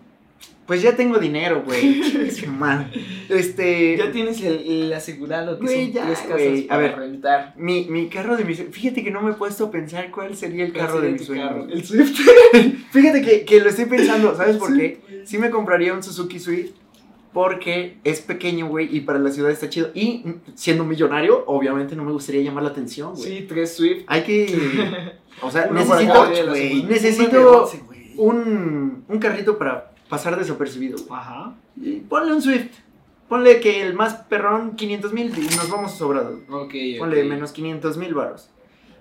B: Pues ya tengo dinero,
A: *laughs*
B: güey. Su madre. Este.
A: Ya tienes el, el asegurado que
B: Güey,
A: son
B: ya,
A: tres casas
B: güey. A
A: para
B: ver.
A: rentar.
B: Mi, mi carro de mis Fíjate que no me he puesto a pensar cuál sería el carro de
A: Ese
B: mis
A: tu
B: sueños.
A: carro. El Swift. *laughs*
B: Fíjate que, que lo estoy pensando, ¿sabes por qué?
A: güey.
B: Sí me compraría un Suzuki Swift porque es pequeño, güey, y para la ciudad está chido. Y mm, siendo millonario, obviamente no me gustaría llamar la atención, güey.
A: Sí, tres Swift.
B: Hay que... O sea,
A: Uno para
B: necesito,
A: cada día de la
B: güey,
A: semana.
B: necesito
C: güey.
B: un, un carrito para pasar desapercibido,
A: *laughs*
B: güey.
A: Ajá.
B: Y Ponle un Swift. Ponle que el más perrón, 500 mil, y nos vamos sobrados.
A: Ok.
B: Ponle
A: ok.
B: menos 500 mil varos.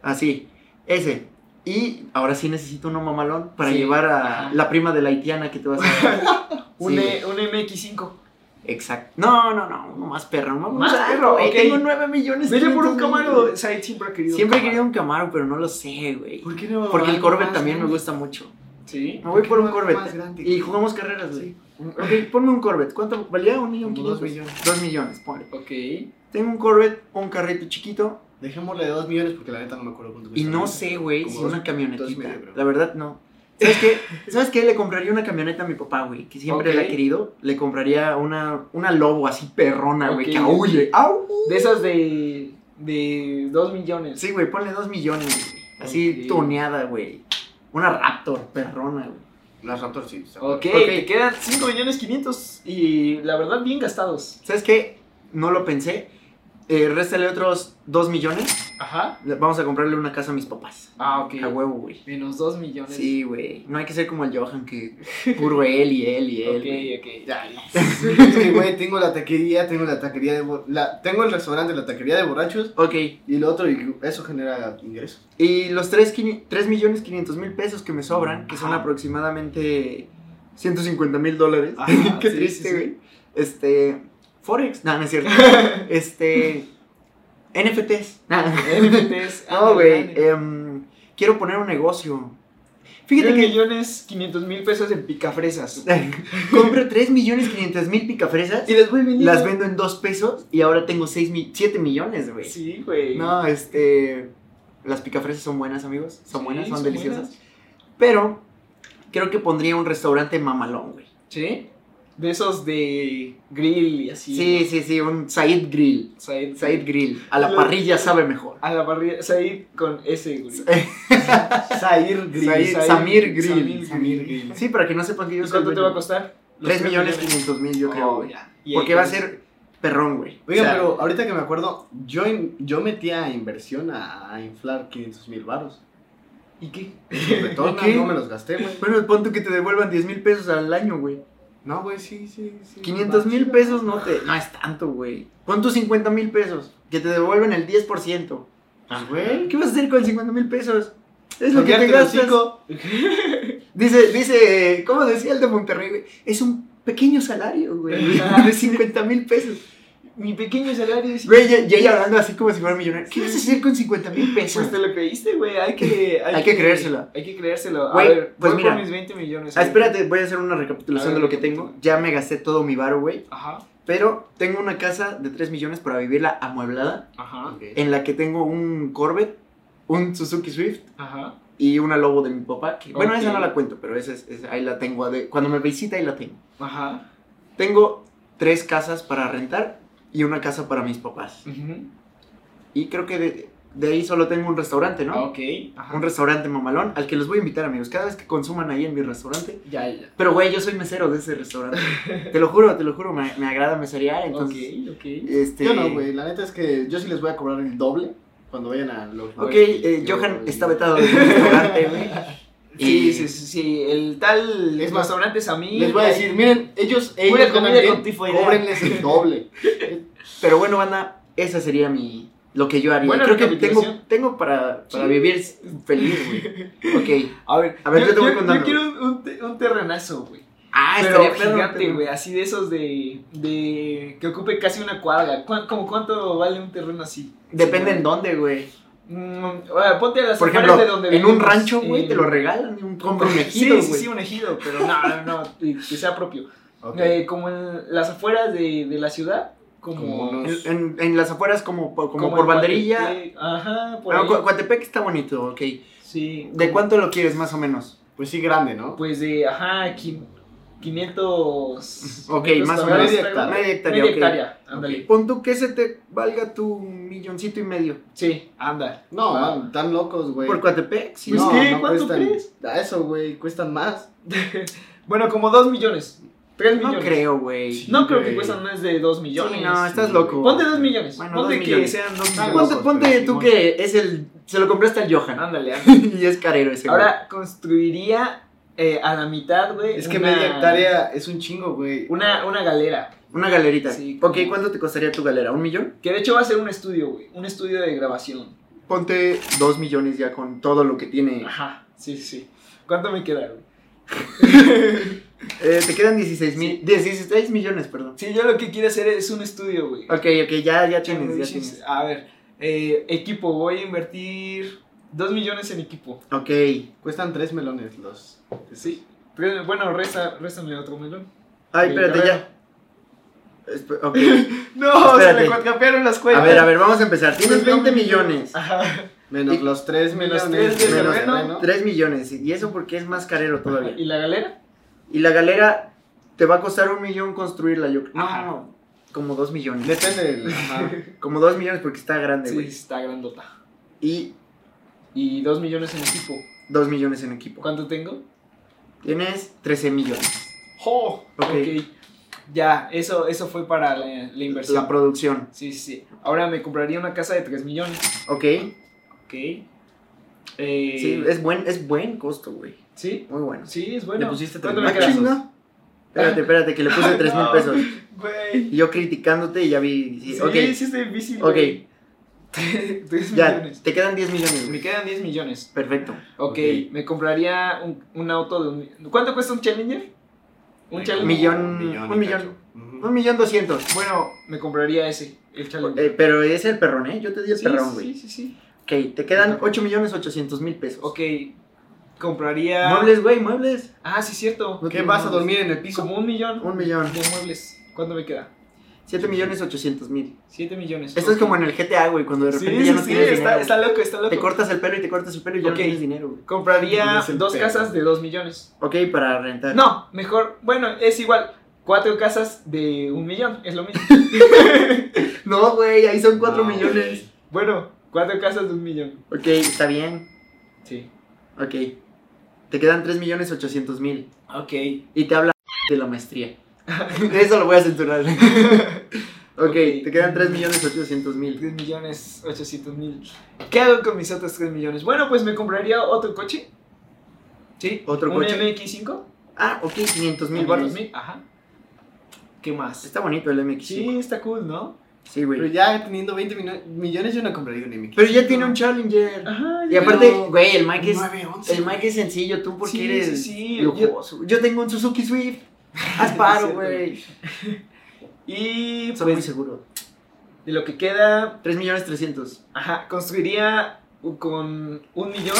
B: Así, ese. Y ahora sí necesito uno mamalón para
A: Sí,
B: llevar a
A: ajá.
B: la prima de la haitiana que te
C: *laughs*
B: vas a... Sí,
A: Un,
B: güey,
A: E- un MX5.
B: Exacto. No, no, no, uno más perro. Uno
A: Más perro,
B: más perro. güey,
A: ok.
B: Tengo 9 millones.
A: Vete por
B: 500
A: un
B: mil,
A: Camaro.
B: güey.
A: O sea, siempre he querido.
B: Siempre he
A: un
B: querido
A: Camaro.
B: un Camaro, pero no lo sé, güey.
C: ¿Por qué no?
B: Porque el
C: algo
B: Corvette
C: más
B: también me
C: grande?
B: gusta mucho.
A: Sí. *laughs*
B: Me voy por un
C: Algo más
B: Corvette.
C: grande.
B: Y jugamos carreras, güey. Ok, ponme un Corvette. ¿Cuánto valía? Un millón
C: Como
B: quinientos.
C: dos millones.
B: Dos millones, ponle.
A: Ok.
B: Tengo un Corvette, un carrito chiquito,
C: Dejémosle de 2 millones porque la neta no me acuerdo cuánto
B: Y
C: cuesta.
B: no sé, güey,
C: Como
B: si
C: dos-
B: una
C: dos y
B: camionetita.
C: medio, creo.
B: La verdad, no. ¿Sabes qué? ¿Sabes qué? Le compraría una camioneta a mi papá, güey, que siempre
A: Ok.
B: la ha querido. Le compraría una, una lobo así perrona, güey, que
A: Ok.
B: aúlle. ¡Au!
A: De esas de. de 2 millones.
B: Sí, güey, ponle dos millones, güey. Así
A: Ok.
B: tuneada, güey. Una Raptor perrona, güey.
C: Las Raptors sí. está
A: Ok,
C: bueno.
A: te quedan 5 millones 500 y la verdad bien gastados.
B: ¿Sabes qué? No lo pensé. Eh, réstale otros dos millones.
A: Ajá.
B: Le- Vamos a comprarle una casa a mis papás.
A: Ah, ok.
B: A huevo, güey.
A: Menos 2 millones.
B: Sí, güey. No hay que ser como el
A: *laughs*
B: Johan, que puro él y él y él.
A: Ok,
B: güey.
A: ok.
C: Ya, ya.
A: *laughs*
C: *laughs* Es que, güey, tengo la taquería, tengo la taquería de. bo- La, tengo el restaurante, la taquería de borrachos
B: Ok,
C: y lo otro, y eso genera ingresos.
B: Y los 3, millones 500 mil pesos que me sobran, que son
A: Ajá.
B: aproximadamente 150 mil dólares.
A: Ajá,
B: *laughs* Qué
A: sí,
B: triste,
A: sí, sí.
B: güey. Este. Forex. No, no
A: *laughs*
B: es cierto. este. NFTs.
A: NFTs.
B: No, güey. em, quiero poner un negocio. Fíjate
A: Fíjate que
B: que.
A: millones 500 mil pesos en
B: *laughs*
A: picafresas.
B: compro 3 millones 500 mil picafresas.
A: Y las voy vendiendo.
B: Las vendo en 2 pesos. Y ahora tengo 6 mil 7 millones, güey.
A: Sí, güey.
B: No, este. Las picafresas son buenas, amigos. Son
A: Sí,
B: buenas, son,
A: son
B: deliciosas.
A: buenas.
B: Pero creo que pondría un restaurante mamalón, güey.
A: Sí. De esos de grill y así.
B: Sí, sí, sí, un Said Grill.
A: ¿no? Said.
B: Said Grill. A la
A: Lo-
B: parrilla sabe mejor.
A: A la barriga. Said con S, güey.
C: Zair Grill.
B: Said-
A: Said-
B: Samir Grill.
A: Samir
C: Samir Grill.
B: Sí, para que no sepan que yo
A: ¿Y
B: soy.
A: cuánto te va a costar?
B: 3
A: Los
B: millones 500 mil, yo creo,
A: Oh,
B: güey.
A: ya. Y ahí
B: Porque va a
A: con-
B: ser perrón, güey.
C: Oigan,
A: O sea-
C: pero ahorita que me acuerdo, yo, in- yo metía inversión a, a inflar 500 mil baros.
A: ¿Y qué?
C: Retorna,
B: ¿Qué?
C: no me los gasté, güey.
B: Bueno, pon tú que te devuelvan 10 mil pesos al año, güey.
C: No, güey, sí, sí, sí.
B: 500 mil pesos no te. No es tanto, güey. Pon tus 50 mil pesos. Que te devuelven el 10%.
C: Ah, güey.
B: ¿Qué vas a hacer con 50 mil pesos? Es lo que te
C: Cambiarte los
B: gastas.
C: cinco.
B: Dice, dice, ¿cómo decía el de Monterrey, güey? Es un pequeño salario, güey. *laughs* De 50 mil pesos.
A: Mi pequeño salario es...
B: Güey, ya, ya ella hablando así como si fuera millonario. ¿Qué vas a hacer con 50 mil pesos?
A: Pues te lo creíste, güey. Hay que...
B: Hay que creérselo.
A: Hay que creérselo.
B: Güey,
A: a ver,
B: pues
A: voy
B: mira.
A: por mis 20 millones. ¿eh?
B: Ah,
A: güey.
B: espérate, voy a hacer una
A: A
B: recapitulación de
A: ver,
B: lo que tengo. Ya me gasté todo mi varo, güey.
A: Ajá,
B: Pero tengo una casa de 3 millones para vivirla amueblada,
A: ajá,
B: en la que tengo un Corvette, un Suzuki Swift
A: ajá.
B: y una Lobo de mi papá. que- bueno, esa
A: Ok.
B: no la cuento, pero esa, es- esa- ahí la tengo. ade- Cuando me visita, ahí la tengo.
A: Ajá.
B: Tengo tres casas para rentar y una casa para mis papás.
A: Ujú.
B: Y creo que de, de ahí solo tengo un restaurante,
A: Ah,
B: ¿no?
A: ok. Ajá.
B: Un restaurante mamalón al que los voy a invitar, amigos. Cada vez que consuman ahí en mi restaurante.
A: Ya, ya.
B: Pero, güey, yo soy mesero de
A: *laughs*
B: ese restaurante. te lo juro, te lo juro. Me, me agrada meserear, entonces...
A: ok, ok.
B: Este,
C: Yo no, güey. La neta es que yo sí les voy a cobrar el doble cuando vayan a los.
A: Pues,
B: Ok,
C: lugares que
B: eh,
C: yo-
B: Johan está vetado del restaurante,
A: *laughs*
B: güey.
A: Sí,
B: Y-
A: sí, sí, sí, el tal
C: Es más,
A: restaurante Samir.
C: Les voy a decir, miren, ellos, ellos
A: Pura
C: ganan
A: comida
C: bien,
A: con tifoidea.
C: cóbrenles el doble.
B: Pero bueno, banda, esa sería mi... Lo que yo haría.
A: Buena
B: Creo que tengo,
A: recapitulación.
B: tengo para, para
A: Sí.
B: vivir feliz,
A: *laughs*
B: güey. Ok.
A: A ver,
B: A ver, yo te voy
A: yo,
B: contando.
A: quiero un, un te- un terrenazo, güey.
B: Ah,
A: Pero
B: estaría perro,
A: gigante,
B: perro.
A: güey, así de esos de, de... que ocupe casi una cuadra. ¿Cuán- como cuánto vale un terreno así?
B: Depende
A: Sí,
B: en dónde, güey.
A: Mm, ahora, ponte a las
B: Por
A: afueras
B: ejemplo,
A: de donde
B: en un
A: vivimos,
B: rancho, güey,
A: eh,
B: te lo regalan, un compra un
A: *laughs*
B: ejido,
A: Sí,
B: güey.
A: sí, sí, un ejido, pero no, no, no, que que sea propio.
C: Ok.
A: Eh, como en las afueras de, de la ciudad, como...
C: Como unos-
B: En, en- en las afueras como, po- como,
A: como
B: por
A: en
B: banderilla.
A: Coatepec, Ajá, por
B: Ah,
A: ahí.
B: Cua- Coatepec está bonito, ok.
A: Sí.
B: ¿De cuánto lo quieres más o menos?
C: Pues sí, grande, ¿no?
A: Pues de, ajá, aquí. 500.
B: Ok,
A: 500
B: más o
A: cuadrados,
C: menos.
A: algo.
B: Media hectárea,
A: Media
B: ok.
A: hectárea, ándale.
B: Ok. Pon tú que se te valga tu milloncito y medio.
A: Sí, anda.
C: No,
A: Ah.
C: man, están locos, güey.
B: Por Coatepec, sí.
A: Pues,
C: no,
A: ¿qué?
C: no
A: ¿Cuánto
C: cuestan-
A: crees?
C: A eso, güey, cuestan más.
A: Bueno, como 2 millones. 3
B: No
A: millones.
B: creo, güey.
C: Sí,
A: No creo que
C: güey.
A: cuestan más de 2 millones.
B: Sí, no, estás
C: Sí.
B: loco.
A: Ponte 2 millones.
B: Bueno,
A: ponte
B: dos
A: que
B: millones.
A: sean 2
C: Ah,
A: millones.
B: Ponte,
C: Locos,
B: ponte
C: pero
B: tú
C: Simón.
B: que es el. Se lo compraste al Johan.
A: Ándale, ándale.
B: *laughs* y es carero ese. güey.
A: Ah. Ahora construiría eh, a la mitad, güey.
C: Es que
A: una-
C: media hectárea es un chingo, güey.
A: Una, una galera.
B: Una galerita.
A: Sí,
B: ok,
A: como-
B: ¿cuánto te costaría tu galera? ¿Un millón?
A: Que de hecho va a ser un estudio, güey. Un estudio de grabación.
B: Ponte dos millones ya con todo lo que tiene.
A: Ajá. Sí, sí, sí. ¿Cuánto me queda, güey?
B: *laughs* Eh, te quedan 16 mil. 16 millones, perdón.
A: Sí, yo lo que quiero hacer es un estudio, güey.
B: Ok, ok, ya, ya
A: Ya me
B: tienes, ya
A: dices,
B: tienes.
A: A ver, eh, equipo, voy a invertir 2 millones en equipo.
B: Ok.
C: Cuestan tres melones los.
A: Sí. Pero, Bueno, resta, réstame otro melón.
B: Ay,
C: El
B: espérate,
C: terreno.
B: ya. Espe- ok.
A: No,
B: Espérate.
A: se le cuatrapearon las
B: A
A: cuentas.
B: ver, a ver, vamos a empezar.
A: Pues,
B: Tienes
C: Millón,
B: 20
C: millón.
B: millones.
A: Ajá.
C: Menos
B: Y-
C: los tres
A: menos
C: menos
A: tres de
B: menos
A: terreno.
B: 3 millones. Y eso porque es más carero todavía.
A: ¿Y la galera?
B: Y la galera te va a costar un millón construirla, yo creo.
A: Ajá.
B: No, como 2 millones.
C: Depende del. ajá.
B: Como 2 millones porque está grande,
A: Sí,
B: güey.
A: está grandota.
B: Y
A: Y 2 millones en equipo.
B: 2 millones en equipo.
A: ¿Cuánto tengo?
B: Tienes 13 millones.
A: ¡Oh!
B: Ok.
A: ok. Ya, eso, eso fue para la, la inversión.
B: La producción.
A: sí, sí, sí. Ahora me compraría una casa de 3 millones.
B: Ok.
A: Ok. Eh,
B: Sí, es buen, es buen costo, güey.
A: ¿Sí?
B: Muy bueno.
A: Sí, es bueno.
B: Le pusiste tres Ah,
A: ¿Cuánto me
B: mil
A: queda?
B: pesos. Espérate, espérate, que le puse
A: *laughs*
B: 3 mil
A: No.
B: pesos.
A: Güey.
B: Y yo criticándote y ya vi. sí,
A: Sí,
B: ok.
A: sí está difícil.
B: Ok.
A: güey. *laughs* Tres
B: Ya,
A: millones.
B: te quedan 10 millones.
A: Me
B: güey.
A: quedan 10 millones.
B: Perfecto.
A: ok, me compraría un, un auto de un... ¿Cuánto cuesta un Challenger? Un
B: Eh,
A: Challenger.
B: millón, un
C: y
B: millón.
C: cacho. Ujú.
B: Un millón doscientos.
A: Bueno, me compraría ese, el Challenger.
B: Eh, pero es el perrón, ¿eh? Yo te di el
A: Sí,
B: perrón,
A: sí,
B: güey.
A: sí, sí.
B: Ok, te quedan 8 millones 800 mil pesos.
A: Ok, compraría...
B: Muebles, güey, muebles.
A: Ah, sí, cierto.
B: No
C: ¿Qué
B: tiene
C: vas a
B: muebles.
C: dormir en el piso?
A: Como un millón
B: Un millón.
A: de muebles. ¿Cuánto me queda?
B: 7 millones 800 mil.
A: 7 millones.
B: Esto es
A: Ok.
B: como en el GTA, güey, cuando de
A: Sí,
B: repente
A: sí,
B: ya no
A: sí,
B: tienes
A: está,
B: dinero.
A: está loco, está loco.
B: Te cortas el pelo y te cortas el pelo y ya
A: Ok.
B: no tienes dinero, güey.
A: Compraría
C: Es el
A: dos
C: perro.
A: casas de 2 millones.
B: Ok, para rentar.
A: No, mejor, bueno, es igual. Cuatro casas de un millón, es
B: *laughs*
A: lo mismo.
B: No, güey, ahí son 4
C: No,
B: millones.
A: bueno, cuatro casas de un millón.
B: Ok, está bien.
A: Sí.
B: Ok. Te quedan 3 millones 800 mil.
A: Ok.
B: Y te habla de la maestría. Eso lo voy a censurar. *laughs* ok, te quedan 3 millones 800 mil.
A: 3 millones 800 mil. ¿Qué hago con mis otros 3 millones? Bueno, pues me compraría otro coche. Sí.
B: ¿Otro
A: un
B: coche?
A: MX5.
B: Ah, ok, 500 mil
A: Igual
B: baros.
A: 2000. Ajá. ¿Qué más?
B: Está bonito el MX.
A: Sí, está cool, ¿no?
B: Sí,
C: Pero
B: güey.
C: ya teniendo 20 mino- millones, yo no compraría un MX.
B: Pero ya tiene un Challenger.
A: Ajá.
B: Y aparte,
C: Pero-
B: güey, el Mike es.
C: 9, 11,
B: El Mike es sencillo, tú porque
A: Sí,
B: eres
A: sí, sí,
B: lujoso. Yo... tengo un Suzuki Swift. Haz paro,
A: cierto.
B: güey.
A: Y
B: Soy muy
A: pues,
B: seguro.
A: de lo que queda,
B: 3 millones 300.
A: ajá, construiría con un millón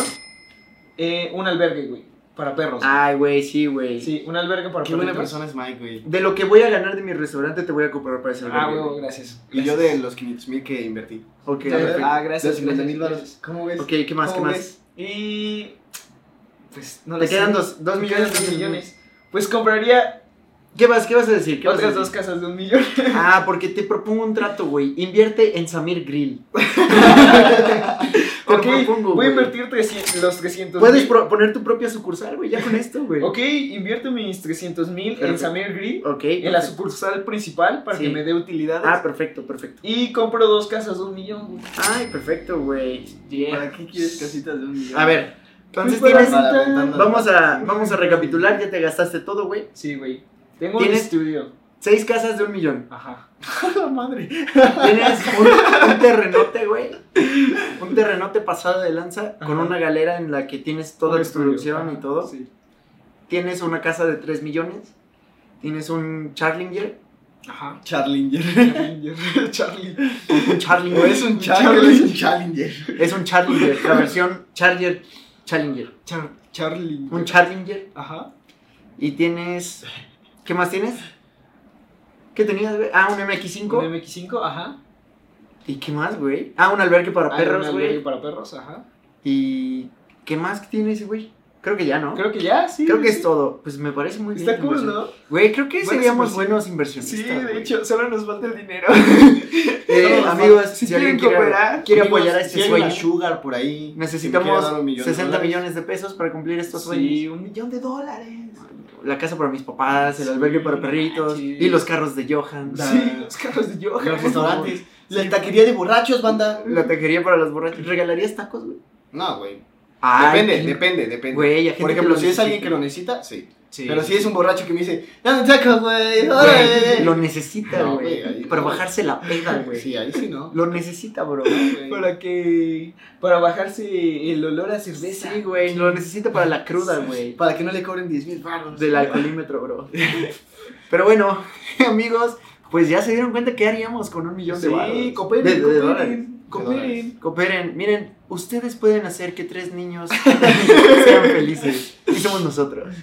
A: eh, un albergue, güey, para perros.
B: Ay, güey, sí, güey.
A: Sí, un albergue para
C: Qué buena
A: perritos.
C: persona es Mike, güey.
B: De lo que voy a ganar de mi restaurante, te voy a comprar para ese
A: Ah,
B: albergue,
A: huevo,
B: güey.
A: gracias.
C: Y
A: gracias.
C: yo de los 500 mil que invertí.
B: Ok,
A: Ya,
B: perfecto.
A: Ah, gracias,
C: Los 50 mil
A: gracias,
C: baros. ¿Cómo ves?
B: Ok, ¿qué más? ¿Qué
C: ¿Cómo
B: más?
C: ves?
A: Y. Pues no
B: Te
A: lo sé.
B: quedan 2
A: Me
B: millones.
A: quedan dos
B: 2
A: millones. Pues compraría
B: ¿Qué vas, ¿Qué vas a decir? ¿Qué vas a
A: otras
B: decir?
A: dos casas de un millón.
B: Ah, porque te propongo un trato, güey. Invierte en
A: *laughs*
B: Samir Grill. Te lo
A: ok,
B: propongo,
A: voy a
B: güey.
A: invertir 300 los 300
B: Puedes
A: mil.
B: pro- poner tu propia sucursal, güey, ya con esto, güey.
A: Ok, invierto mis 300 mil en
B: Perfecto.
A: Samir Green,
B: Ok,
A: en la
B: perfecto.
A: sucursal principal, para
B: Sí.
A: que me dé utilidades.
B: Ah, perfecto, perfecto.
A: y compro dos casas de un millón. güey.
B: Ay, perfecto, güey.
C: ¿Para qué quieres casitas de un millón?
B: A ver, entonces
A: Pues
B: tienes.
A: para-
B: Vamos a, vamos a recapitular, ya te gastaste todo, güey.
A: Sí, güey. Tengo un
B: ¿Tienes-
A: estudio.
B: Seis casas de un millón.
A: Ajá. la madre.
B: Tienes un, un terrenote, güey. Un terrenote pasado de lanza con
A: Ajá.
B: una galera en la que tienes toda
A: Un
B: tu
A: estudio,
B: producción
A: ajá,
B: y todo.
A: Sí.
B: Tienes una casa de 3 millones. Tienes un Charlinger.
A: Ajá.
B: *laughs*
A: *laughs*
C: Charlinger.
A: Charlie. Charlie.
B: Un Charlinger.
C: ¿O es un Charlinger? Es un Challenger.
B: Es un Charlinger, la versión Charger Challenger.
A: Char- Charlie.
B: Un Charlinger.
A: Ajá.
B: Y tienes. ¿Qué más tienes? ¿Qué tenías, güey? Ah, un
A: Un
B: MX5.
A: MX5, ajá.
B: ¿Y qué más, güey? Ah, un albergue para
A: Hay un
B: perros,
A: albergue
B: güey.
A: Para perros, ajá.
B: ¿Y qué más tiene ese güey? Creo que ya, ¿no? Creo,
A: Creo que ya, sí.
B: que es
A: sí.
B: todo. Pues me parece muy bien.
A: Está
B: tu
A: cool,
B: inversión.
A: ¿no?
B: Güey, creo que
A: Buenas
B: seríamos
A: inversiones.
B: buenos inversionistas.
A: Sí,
B: güey.
A: de hecho, solo nos falta el dinero.
B: Eh,
A: *laughs* Todos,
B: amigos,
A: ¿no?
B: si,
A: Si quieren
B: alguien quiere,
A: cooperar,
B: quiere
C: Amigos,
B: apoyar a
C: si
B: este
C: hay
B: sueño,
C: una sugar por ahí. que me quiera
B: necesitamos
C: dar un millón de
B: 60
C: dólares.
B: millones de pesos para cumplir estos
A: Sí,
B: sueños.
A: un millón de dólares.
B: La casa para mis papás, el
A: Sí,
B: albergue para perritos
A: manches.
B: y los carros de Johan.
C: Da-
A: Sí, los carros de Johan.
C: Los restaurantes. La taquería de borrachos, banda.
B: La taquería para los borrachos. ¿Regalarías tacos, güey?
C: No, güey.
B: Ay,
C: depende,
B: qué-
C: depende, depende.
B: Güey, a gente
C: Por
B: que
C: ejemplo,
B: lo
C: si es alguien
B: necesite.
C: que lo necesita, sí.
B: Sí.
C: Pero si es un borracho que me dice, dame tacos, güey.
B: Güey,
C: órale".
B: lo necesita,
C: No,
B: güey.
C: güey, ahí-
B: para bajarse la peda, güey.
C: Sí, ahí sí,
B: *laughs*
C: ¿no?
B: Lo necesita, bro.
A: Para que. Para bajarse el olor a cerveza.
B: Sí, güey. Lo necesita para la cruda, güey.
C: Para que no le cobren 10 mil baros.
B: Del alcoholímetro, bro. Pero bueno, *laughs* amigos, pues ya se dieron cuenta qué haríamos con un millón de baros.
A: Sí, cooperen,
B: De- de dólares.
A: cooperen. Cooperen.
B: Cooperen, miren, ustedes pueden hacer que tres niños *laughs* sean felices. Y somos nosotros.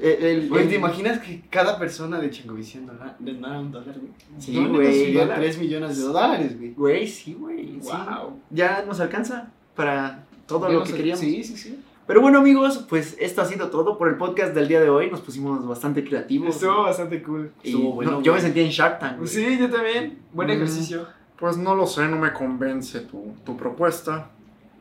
B: El, el-
C: Güey,
B: el-
C: ¿te imaginas que cada persona de Chingovisión donara donara un dólar, güey?
B: Sí,
C: Donen
B: güey.
C: así a 3 millones de dólares, güey.
B: Güey, sí, güey. sí.
A: Wow.
B: Ya nos alcanza para todo lo que queríamos.
A: Sí, sí, sí.
B: Pero bueno, amigos, pues esto ha sido todo por el podcast del día de hoy. Nos pusimos bastante creativos.
A: Estuvo bastante cool.
B: Y
C: estuvo bueno,
B: no, yo me
C: güey.
B: sentí en Shark Tank. güey.
A: Sí, yo también. Buen
B: Mm.
A: ejercicio.
E: Pues no lo sé, no me convence tu, tu propuesta.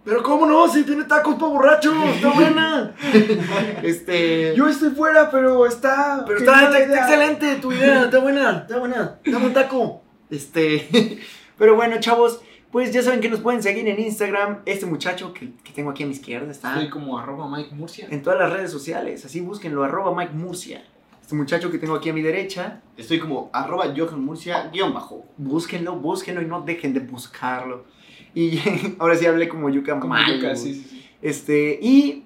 D: Pero cómo no, si tiene tacos para borrachos, está buena.
B: *laughs* Este.
A: Yo estoy fuera, pero está.
D: Pero está, está-
A: genial
D: está
A: idea.
D: excelente tu idea, está buena, está buena. Dame un taco.
B: Este. *laughs* Pero bueno, chavos, pues ya saben que nos pueden seguir en Instagram. Este muchacho que, que tengo aquí a mi izquierda está.
A: Soy como arroba Mike Murcia.
B: en todas las redes sociales. Así búsquenlo, arroba Mike Murcia. Este muchacho que tengo aquí a mi derecha,
C: Estoy como arroba Johan Murcia guión bajo.
B: búsquenlo, búsquenlo y no dejen de buscarlo. Y *laughs* ahora sí hablé como yuca
A: Como
B: mal,
A: Yuka,
B: güey.
A: sí, sí, sí.
B: Este, y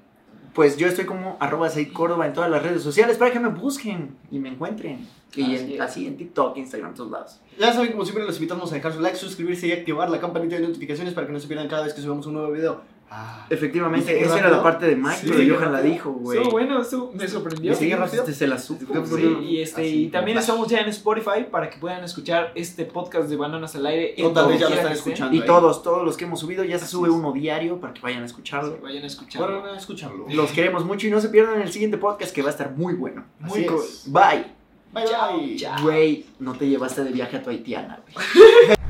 B: pues yo estoy como arroba Said Córdoba en todas las redes sociales para que me busquen y me encuentren. Y en-
A: Así
B: así,
A: es.
B: en TikTok, Instagram, en todos lados.
C: Ya saben, como siempre, los invitamos a dejar su like, suscribirse y activar la campanita de notificaciones para que no se pierdan cada vez que subamos un nuevo video. Ah. ¿Y
B: Efectivamente,
C: sigue
B: esa era la
C: rápido?
B: parte de Mike,
A: Sí,
B: pero
A: sigue
B: Johan la
A: rápido.
B: dijo, güey.
A: Estuvo bueno, estuvo- me sorprendió.
B: Y sigue
C: ¿Sigue
B: rápido,
C: rápido?
B: se la supo.
C: Sí,
B: güey.
A: Sí, y, este,
C: Así,
A: y también
C: flash.
A: estamos ya en Spotify para que puedan escuchar este podcast de Bananas al Aire. en
C: O tal vez ya
A: donde quiera
C: lo están
A: que estén.
C: escuchando.
B: Y
C: ahí.
B: todos, todos los que hemos subido, ya se
C: Así
B: sube
C: es.
B: uno diario para que vayan a escucharlo.
A: Sí, Vayan a escucharlo.
C: Bueno, escúchalo.
B: Los queremos mucho y no se pierdan el siguiente podcast que va a estar muy bueno.
C: Así
A: muy
C: es.
B: Bye.
C: Bye, bye.
A: Chao, chao.
B: Güey, no te llevaste de viaje a tu haitiana, güey.